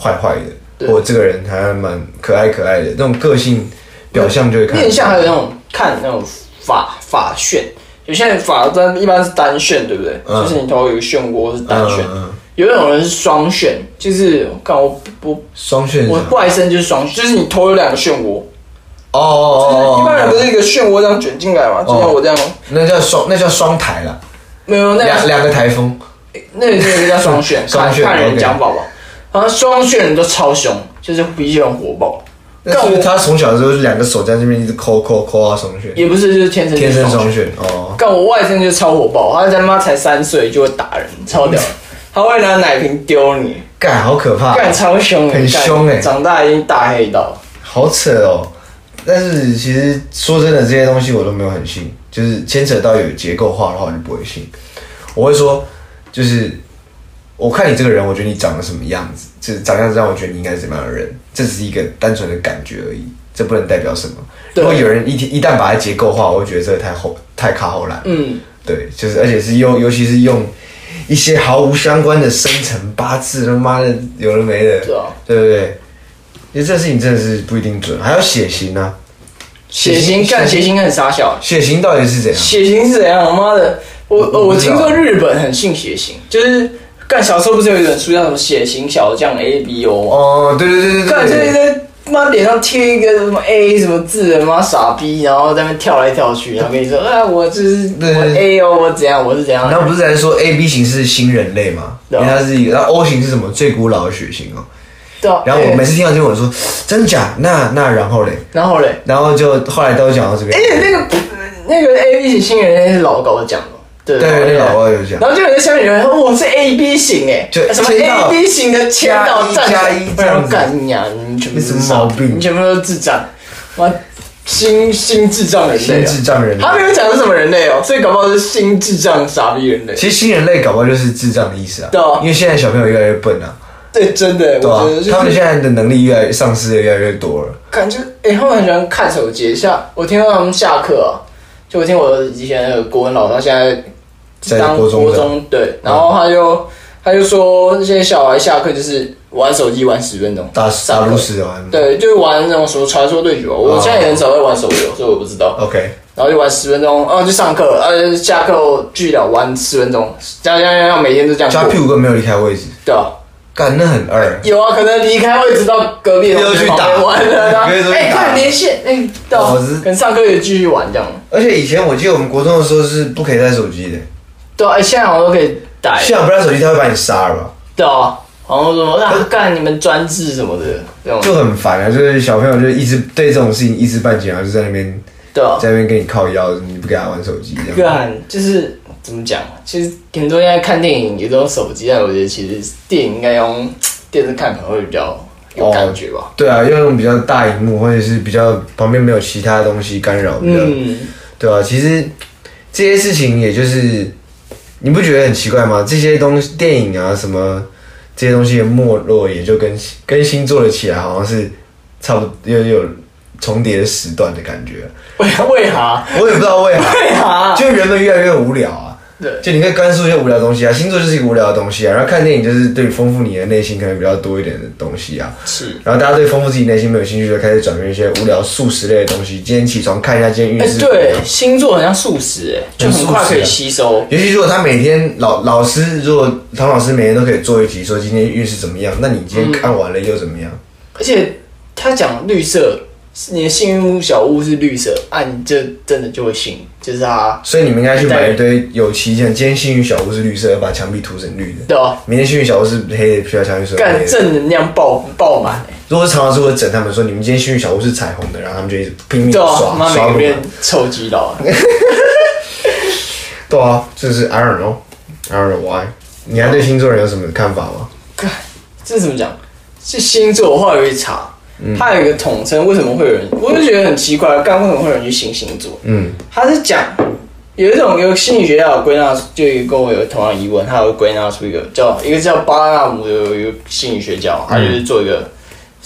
S1: 坏坏的，
S2: 对
S1: 或者这个人还蛮可爱可爱的，那种个性表象就会看。
S2: 面相还有那种看那种法法旋，有些人法单一般是单旋，对不对？
S1: 嗯
S2: 就是你头有个漩涡是单
S1: 嗯
S2: 旋，
S1: 嗯嗯
S2: 有那种人是双旋，就是看我我
S1: 双旋
S2: 我外身就是双，就是你头有两个漩涡，
S1: 哦哦
S2: 就是一般人不
S1: 哦
S2: 是一个漩涡这样卷进来嘛，就像我这样，
S1: 那叫双那叫双台了，
S2: 没有那
S1: 两
S2: 个
S1: 两个台风，
S2: 那个那个叫双旋，
S1: 双
S2: 看
S1: 旋
S2: 看人
S1: OK
S2: 讲法吧。然后双旋人都超凶，就是脾气很火爆。
S1: 但是他从小的时候就两个手在这边一直抠抠抠啊双旋，
S2: 也不是，就是天生
S1: 天生
S2: 双
S1: 双旋哦，
S2: 干我外甥就超火爆，他他妈才三岁就会打人，超屌。他会拿奶瓶丢你，
S1: 干好可怕，
S2: 干超凶的，
S1: 很
S2: 干
S1: 凶欸
S2: 长大已经大黑道，
S1: 好扯哦。但是其实说真的，这些东西我都没有很信，就是牵扯到有结构化的话，我就不会信。我会说，就是我看你这个人，我觉得你长得什么样子，就是长样子让我觉得你应该是怎么样的人，这只是一个单纯的感觉而已，这不能代表什么。如
S2: 对
S1: 果有人一提一旦把它结构化，我会觉得这个太后太卡后了。
S2: 嗯，
S1: 对，就是而且是用，尤其是用一些毫无相关的生辰八字，他妈的有的没的，
S2: 对啊
S1: 对不对？因哎为这事情真的是不一定准，还有血型啊，
S2: 血型干血型很傻小，
S1: 血型到底是怎样？
S2: 血型是怎样？妈的，我
S1: 我
S2: 我
S1: 不知道
S2: 听说日本很信血型，就是干小时候不是有一本书叫什么血型小将 A B O 吗？
S1: 哦，对对对
S2: 干
S1: 对对，
S2: 这在妈脸上贴一个什么 A 什么字，妈傻逼，然后在那边跳来跳去，然后跟你说啊，我就是我
S1: 对
S2: A 哦，我怎样，我是怎样。
S1: 然后不是还说 A B 型是新人类吗？因
S2: 对啊
S1: 为它是一个，然后 O 型是什么？最古老的血型哦。
S2: 对啊，
S1: 然后我
S2: 哎
S1: 每次听到这个，我说真假？那那然后嘞？
S2: 然后嘞，
S1: 然后就后来都讲到这边
S2: 而，哎且那个那个 A B 型新人是老高讲的，对
S1: 对对老高有讲
S2: 然后就有人下面有人说哦我是 A B 型哎，
S1: 就
S2: 什么
S1: 签到
S2: A B 型的签到站
S1: 加一加一
S2: 不然我
S1: 这样
S2: 干你啊，你全部都是
S1: 你什么毛病
S2: 你全部都是智障，妈新新智障人类
S1: 新
S2: 啊，
S1: 智障人类。
S2: 他没有讲是什么人类哦，所以搞不好是新智障傻逼人类。
S1: 其实新人类搞不好就是智障的意思啊，
S2: 对啊
S1: 因为现在小朋友越来越笨啊，
S2: 对，真的，
S1: 对吧、啊
S2: 我觉得就是
S1: 他们现在的能力越来越丧失的越来越多了。
S2: 感觉哎、欸他们很喜欢看手机。下我听到他们下课、啊，就我听我以前的国文老师，他现在
S1: 在
S2: 当
S1: 国中的嗯
S2: 对，然后他就、他就说这些小孩下课就是玩手机玩十分钟，
S1: 打
S2: 上
S1: 打哦
S2: 课
S1: 炉石哦的玩，
S2: 对，就玩那种什么传说对决吧。我现在也很少在玩手游，所以我不知道。
S1: ，OK，
S2: 然后就玩十分钟，然后就上课，呃，下课去了玩十分钟，这样这样这样，每天都这样
S1: 加
S2: 过，
S1: 屁股根本没有离开位置，
S2: 对啊
S1: 干那很二，
S2: 有啊，可能离开会知道隔壁同学旁边玩了啦。
S1: 又去打
S2: 哎，快点连线，哎，到
S1: 我是，
S2: 可能上课也继续玩这样。
S1: 而且以前我记得我们国中的时候是不可以带手机的，
S2: 对啊，哎，现在好像都可以打。
S1: 现在不带手机他会把你杀了吧，
S2: 对啊，好像什么啊，干你们专制什么的，这种
S1: 就很烦啊，就是小朋友就一直对这种事情一知半解，然后就在那边
S2: 对啊，
S1: 在那边跟你靠腰，你不给他玩手机这样，
S2: 干就是怎么讲？其实很多人在看电影也都用手机，但我觉得其实电影应该用电视看可能会比较有感觉吧。
S1: 对啊，要用比较大荧幕或者是比较旁边没有其他东西干扰，比较
S2: 嗯，
S1: 对啊，其实这些事情也就是你不觉得很奇怪吗？这些东西，电影啊什么这些东西的没落，也就跟跟星座的起来好像是差不多，又又有重叠的时段的感觉。啊
S2: 为为 啥？
S1: 我也不知道为
S2: 为
S1: 啥，
S2: 啥？
S1: 就人们越来越无聊啊。
S2: 啊对
S1: 就你可以关注一些无聊的东西啊，星座就是一个无聊的东西啊，然后看电影就是对丰富你的内心可能比较多一点的东西啊。
S2: 是。
S1: 然后大家对丰富自己内心没有兴趣，就开始转变一些无聊素食类的东西。今天起床看一下今天运
S2: 哎、
S1: 势怎么样。
S2: 对，星座很像素食、哎，就
S1: 很
S2: 很快
S1: 素食
S2: 可以
S1: 啊
S2: 吸收。
S1: 尤其如果他每天老老师，如果唐老师每天都可以做一题，说今天运势怎么样，那你今天看完了又怎么样？
S2: 而且他讲绿色，你的幸运屋小屋是绿色，啊，你这真的就会信，就是他，
S1: 所以你们应该去买一堆有旗舰，今天幸运小屋是绿色，要把墙壁涂成绿的；
S2: 对吧？
S1: 明天幸运小屋是黑的，需要墙壁涂成
S2: 干
S1: 黑的。
S2: 正能量爆爆满、欸，
S1: 如果是唐老师会整他们说，你们今天幸运小屋是彩虹的，然后他们就一直拼命
S2: 对
S1: 地
S2: 啊，
S1: 刷
S2: 妈
S1: 刷
S2: 每
S1: 过
S2: 个
S1: 来
S2: 人。臭鸡佬啊，
S1: 对啊，就是 I don't know，I don't know why。你还对星座人有什么看法吗？
S2: 干这怎么讲？是星座，我后来有去查，
S1: 嗯
S2: 它有一个统称，为什么会有人？我就觉得很奇怪，干为什么会有人去信星座？
S1: 嗯，
S2: 他是讲有一种有心理学家有归纳出，就跟我有同样疑问，他有归纳出一个叫一个叫巴纳姆的有一个心理学家，
S1: 嗯
S2: 他就是做一个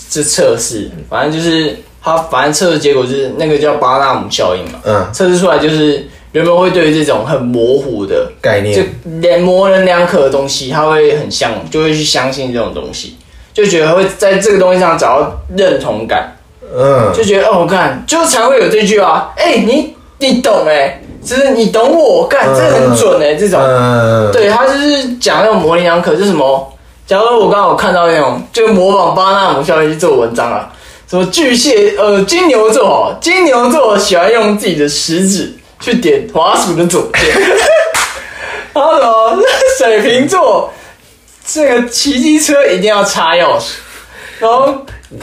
S2: 这测试，反正就是他反正测试结果就是那个叫巴纳姆效应嘛，
S1: 嗯，
S2: 测试出来就是人们会对于这种很模糊的
S1: 概
S2: 就
S1: 念，
S2: 连模棱两可的东西，他会很相，就会去相信这种东西，就觉得会在这个东西上找到认同感，
S1: 嗯，
S2: 就觉得哦，干，就才会有这句啊，哎、你你懂哎、就是你懂我，干，这个很准哎、这种，
S1: 嗯，
S2: 对他就是讲那种模棱两可，就是什么，假如我刚好看到那种，就模仿巴纳姆效应去做文章啊，什么巨蟹，呃，金牛座哦，金牛座喜欢用自己的食指去点滑鼠的左键，然后什么水瓶座，这个骑机车一定要插钥匙，然后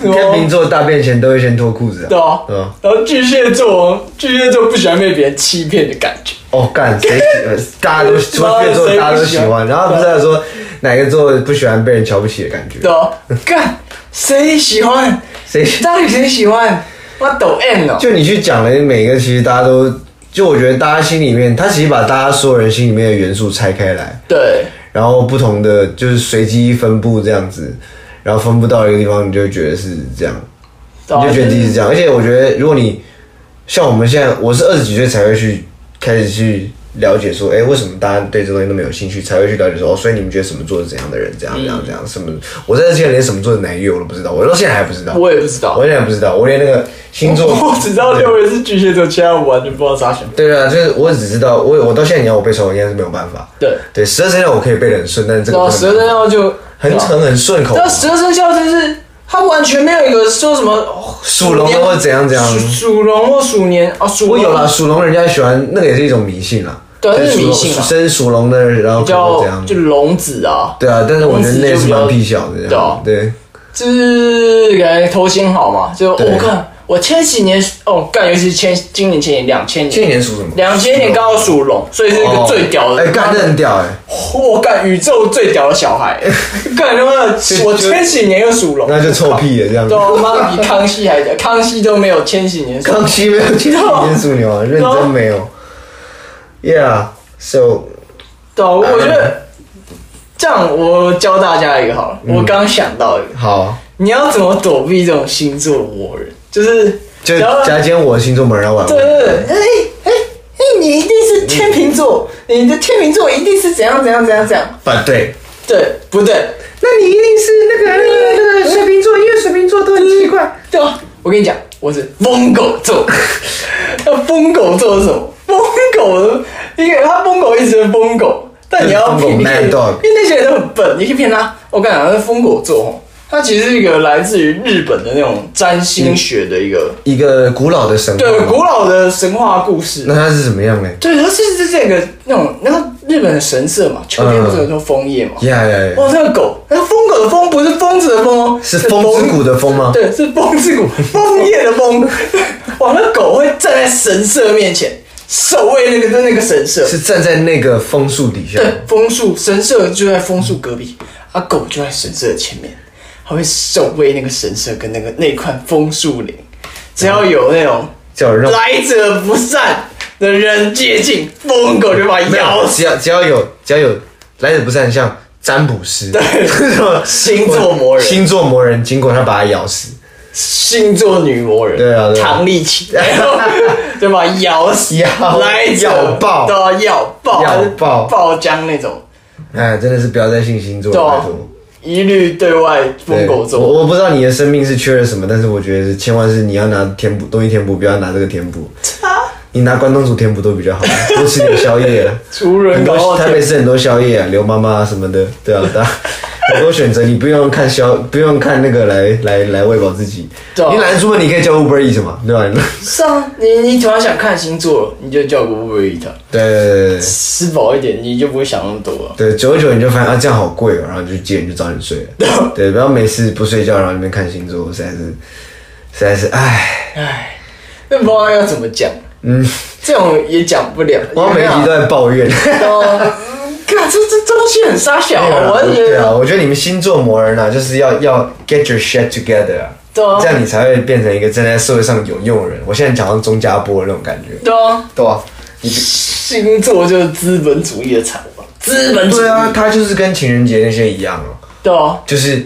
S2: 什么
S1: 天秤座大便前都会先脱裤子
S2: 对
S1: 啊，
S2: 啊，
S1: 嗯，
S2: 然后巨蟹座，巨蟹座不喜欢被别人欺骗的感觉，
S1: 哦，干谁喜呃大家都除了月座大家都喜欢，然后不是还说哪个座不喜欢被人瞧不起的感觉
S2: 对？啊，干，谁喜欢？
S1: 谁
S2: 到底谁喜欢？我抖 M 哦，
S1: 就你去讲了每个，其实大家都就我觉得大家心里面，他其实把大家所有人心里面的元素拆开来，
S2: 对
S1: 然后不同的就是随机分布这样子，然后分布到一个地方，你就会觉得是这样。
S2: 对啊，
S1: 你就觉得自己是这样。而且我觉得，如果你像我们现在，我是二十几岁才会去开始去了解说，哎、为什么大家对这东西那么有兴趣，才会去了解说，哦，所以你们觉得什么座是怎样的人，怎样怎样
S2: 嗯
S1: 怎样，什么？我在这之前连什么座是哪一月我都不知道，我到现在还不知道，
S2: 我也不知道
S1: 我现在还不知道，我连那个星座，
S2: 我只知道六月是巨蟹座，其他我完全不知道啥选。
S1: 对啊，就是我只知道，我我到现在你要我背熟，我应该是没有办法。
S2: 对，
S1: 对，十二生肖我可以背得很顺，但是这
S2: 然
S1: 个
S2: 后
S1: 不能
S2: 十二生肖就
S1: 很
S2: 扯，
S1: 很很顺口
S2: 对啊，，十二生肖就是它完全没有一个说什么哦
S1: 属龙
S2: 年
S1: 或怎样怎样
S2: 属属龙或鼠年哦，属
S1: 我有啦，
S2: 了，
S1: 属龙人家喜欢那个也是一种迷信啦。
S2: 对
S1: 但
S2: 那是
S1: 属龙
S2: 迷信啊
S1: 生属龙的，然后可能这
S2: 叫
S1: 样
S2: 就。龙子啊，
S1: 对啊，但是我觉得那也是蛮
S2: 龙子就比较
S1: 屁小的这样。对，
S2: 就是感觉头衔好嘛，就
S1: 对
S2: 我看我千禧年哦，干尤其是千今年前年两千
S1: 去
S2: 年。
S1: 年属什么？
S2: 两千年刚好属龙，所以是一个
S1: 哦
S2: 最屌的。
S1: 哎，干这很屌哎，
S2: 我干宇宙最屌的小孩，干他妈的，我千禧年又属龙，
S1: 那就臭屁了这样
S2: 对。啊，妈比康熙还屌，康熙都没有千禧年属
S1: 康熙没有去年属牛啊，认真没有。Yeah，so
S2: 对啊，我觉得这样，我教大家一个好了，我刚想到一个，
S1: 好，
S2: 你要怎么躲避这种星座魔人？就是
S1: 就
S2: 然后
S1: 加减我的星座没人要玩我。
S2: 对对对，哎哎哎，你一定是天秤座，你的天秤座一定是怎样怎样怎样怎样，
S1: 反对。
S2: 对不对？
S1: 那你一定是那个那个水瓶座，因为水瓶座都很奇怪。
S2: 对啊，我跟你讲，我是疯狗座。 那疯狗座是什么？疯狗，因为他疯狗一直是疯狗，但你要
S1: 疯狗
S2: 骗，你可以
S1: mad
S2: 因
S1: dog
S2: 为那些人都很笨，你可以骗他。我跟你讲，那疯狗座哦，它其实是一个来自于日本的那种占星学的一个，
S1: 一个古老的神话。
S2: 对古。老的神话故事
S1: 那。他是怎么样呢？
S2: 对，它是是这个那种，那个日本的神社嘛，秋天不是有说枫叶嘛？
S1: 呀呀呀！
S2: 哇，那个狗，那疯狗的疯不是疯子的疯哦，
S1: 是风之谷的风吗？
S2: 对，是风之谷，枫叶的枫。哇，那狗会站在神社面前守卫那个那个神社。
S1: 是站在那个枫树底下
S2: 对，枫树神社就在枫树隔壁，啊，狗就在神社的前面，它会守卫那个神社跟那个那块枫树林。只要有那种
S1: 叫人让
S2: 来者不善的人接近，疯狗就把它
S1: 没
S2: 咬
S1: 有，
S2: 死。
S1: 只要只要有只要有来者不善，像占卜师， 对
S2: 星座魔人
S1: 星座魔人经过他把他咬死，
S2: 星座女魔人，
S1: 对啊对啊
S2: 唐丽奇，然后就 把它咬死，
S1: 咬
S2: 来者
S1: 咬爆
S2: 对啊，咬爆，
S1: 咬爆
S2: 爆浆那种，
S1: 哎，真的是不要再信星座
S2: 对
S1: 了，
S2: 啊
S1: 拜托。
S2: 一律对外
S1: 对
S2: 疯狗
S1: 我
S2: 座，
S1: 我不知道你的生命是缺了什么，但是我觉得是千万是你要拿填补东西填补，不要拿这个填补，你拿关东煮填补都比较好，多吃点宵夜。
S2: 除人
S1: 很
S2: 搞
S1: 多
S2: 到
S1: 台
S2: 天
S1: 北市很多宵夜啊，刘妈妈啊什么的，对啊，大家很多选择，你不用看宵，不用看那个来来来喂饱自己。
S2: 对啊
S1: 你懒得出门，你可以叫 Uber Eats 嘛，对吧？
S2: 上，你你突然想看星座了，你就叫个 Uber e a t
S1: 对对对对对
S2: 吃饱一点，你就不会想那么多了。
S1: 对，久而久你就发现啊，这样好贵哦，然后你就几点就早点睡了。对，不要每次不睡觉，然后那边看星座，实在是，实在是，唉，
S2: 唉，那不知道要怎么讲，
S1: 嗯，
S2: 这种也讲不了。啊
S1: 我每一集都在抱怨。
S2: 哦，看这这这东西很傻小，我就觉
S1: 对啊，
S2: 得，
S1: 我觉得你们星座魔人啊，就是要要 get your shit together，啊、
S2: 对啊
S1: 这样你才会变成一个站在社会上有用的人。我现在讲到钟家波的那种感觉，
S2: 对啊，
S1: 对啊，你
S2: 星座就是资本主义的产物，资本主义，
S1: 对啊，他就是跟情人节那些一样哦，
S2: 对啊，
S1: 就是。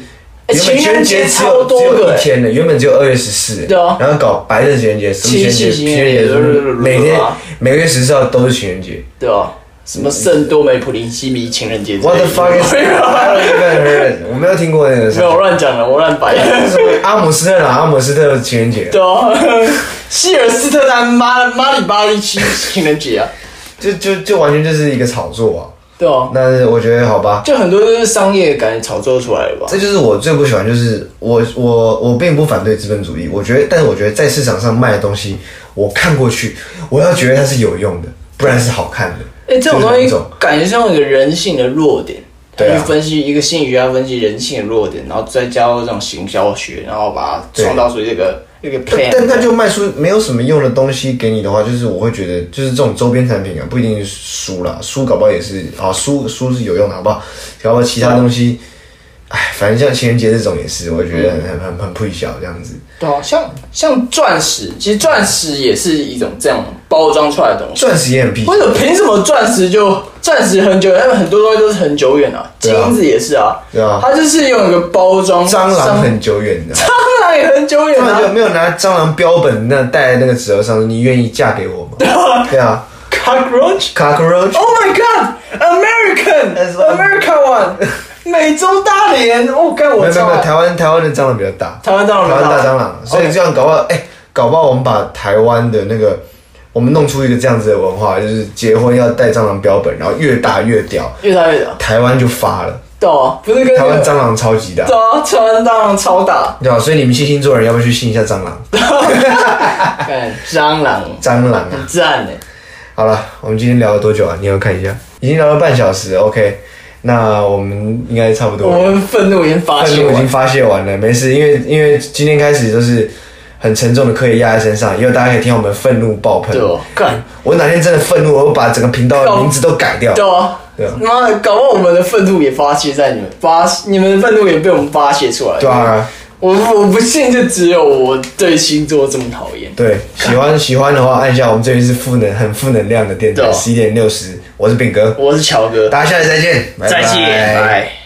S2: 哎
S1: 原本
S2: 情人节
S1: 只有
S2: 超多
S1: 只有
S2: 个
S1: 一
S2: 哎
S1: 天的，原本只有二月十四，
S2: 对啊
S1: 然后搞白的情人节、什么情人节、
S2: 七
S1: 情
S2: 夕
S1: 人节，
S2: 情人节
S1: 就是每天
S2: 对啊
S1: 每个月十四号都是情人节。
S2: 对啊，什么圣多美普林西米情人节之类的
S1: What the fuck is？
S2: 没有啊
S1: that？我没有听过那个
S2: 没有我乱讲了，我乱摆。
S1: 阿姆斯特朗、阿姆斯特的情人节，
S2: 对啊，希尔斯特 丹马马里巴利七情人节啊，
S1: 就就就完全就是一个炒作啊。
S2: 对啊，
S1: 那我觉得好吧，
S2: 就很多都是商业感炒作出来的吧。
S1: 这就是我最不喜欢，就是我我我并不反对资本主义，我觉得，但是我觉得在市场上卖的东西，我看过去，我要觉得它是有用的，不然是好看的。
S2: 哎、这种东
S1: 就是两
S2: 西
S1: 种
S2: 感觉像一个人性的弱点。他
S1: 对啊
S2: 去分析一个心理学家分析人性的弱点，然后再加入这种行销学，然后把它
S1: 对
S2: 创造出这个一个 plan
S1: 但。但他就卖出没有什么用的东西给你的话，就是我会觉得，就是这种周边产品啊，不一定是书啦，书搞不好也是啊，书书是有用的，好不好？搞不好其他东西，哎，反正像情人节这种也是，我觉得很很很很不小这样子。
S2: 对啊，像像钻石，其实钻石也是一种这样包装出来的东西。
S1: 钻石也很屁，
S2: 为什么哎凭什么钻石就钻石很久？因为很多东西都是很久远啊，
S1: 对
S2: 金
S1: 啊
S2: 子也是啊，
S1: 对啊
S2: 它就是用一个包装。
S1: 蟑螂
S2: 商
S1: 很久远的。
S2: 蟑螂也很久远
S1: 根本就
S2: 啊，
S1: 没有拿蟑螂标本那戴在那个纸盒上，你愿意嫁给我吗？ 对啊
S2: cockroach。
S1: ，cockroach，
S2: Oh my god! American!
S1: That's what-
S2: American one! 美洲大连，哦，干
S1: 没
S2: 我
S1: 有没有
S2: 超
S1: 没有，
S2: 爱
S1: 台湾台湾的蟑螂比较大，
S2: 台湾蟑螂比
S1: 台
S2: 较
S1: 湾
S2: 大
S1: 大蟑螂，所以这样搞不好，哎、搞不好我们把台湾的那个，我们弄出一个这样子的文化，就是结婚要带蟑螂标本，然后越大越屌，
S2: 越大越大，
S1: 台湾就发了，
S2: 对啊，不是跟
S1: 台
S2: 那
S1: 湾
S2: 个
S1: 蟑螂超级大，
S2: 对啊，台湾蟑螂 超大，
S1: 对吧、啊所以你们信星座人要不要去信一下蟑螂？
S2: 干蟑螂
S1: 蟑螂啊！
S2: 很赞哎，
S1: 好了，我们今天聊了多久啊？你要看一下，已经聊了半小时，OK，那我们应该差不多
S2: 我
S1: 了。
S2: 们愤怒已经发
S1: 愤
S2: 泄
S1: 怒已经
S2: 完，
S1: 发泄完了，没事，因为因为今天开始就是很沉重的课业压在身上，以后大家可以听我们愤怒爆喷
S2: 对。哦，干
S1: 我哪天真的愤怒，我会把整个频道的名字都改掉。
S2: 对啊
S1: 对啊，
S2: 妈的，搞不好我们的愤怒也发泄在你们发，你们的愤怒也被我们发泄出来，
S1: 对，啊，
S2: 我我不信就只有我对星座这么讨厌，
S1: 对，喜欢喜欢的话按一下，我们这里是负能很负能量的电
S2: 对
S1: 台，
S2: 哦
S1: 十一点六十，我是炳哥，
S2: 我是乔哥，
S1: 大家下期再见，拜拜
S2: 再见，拜。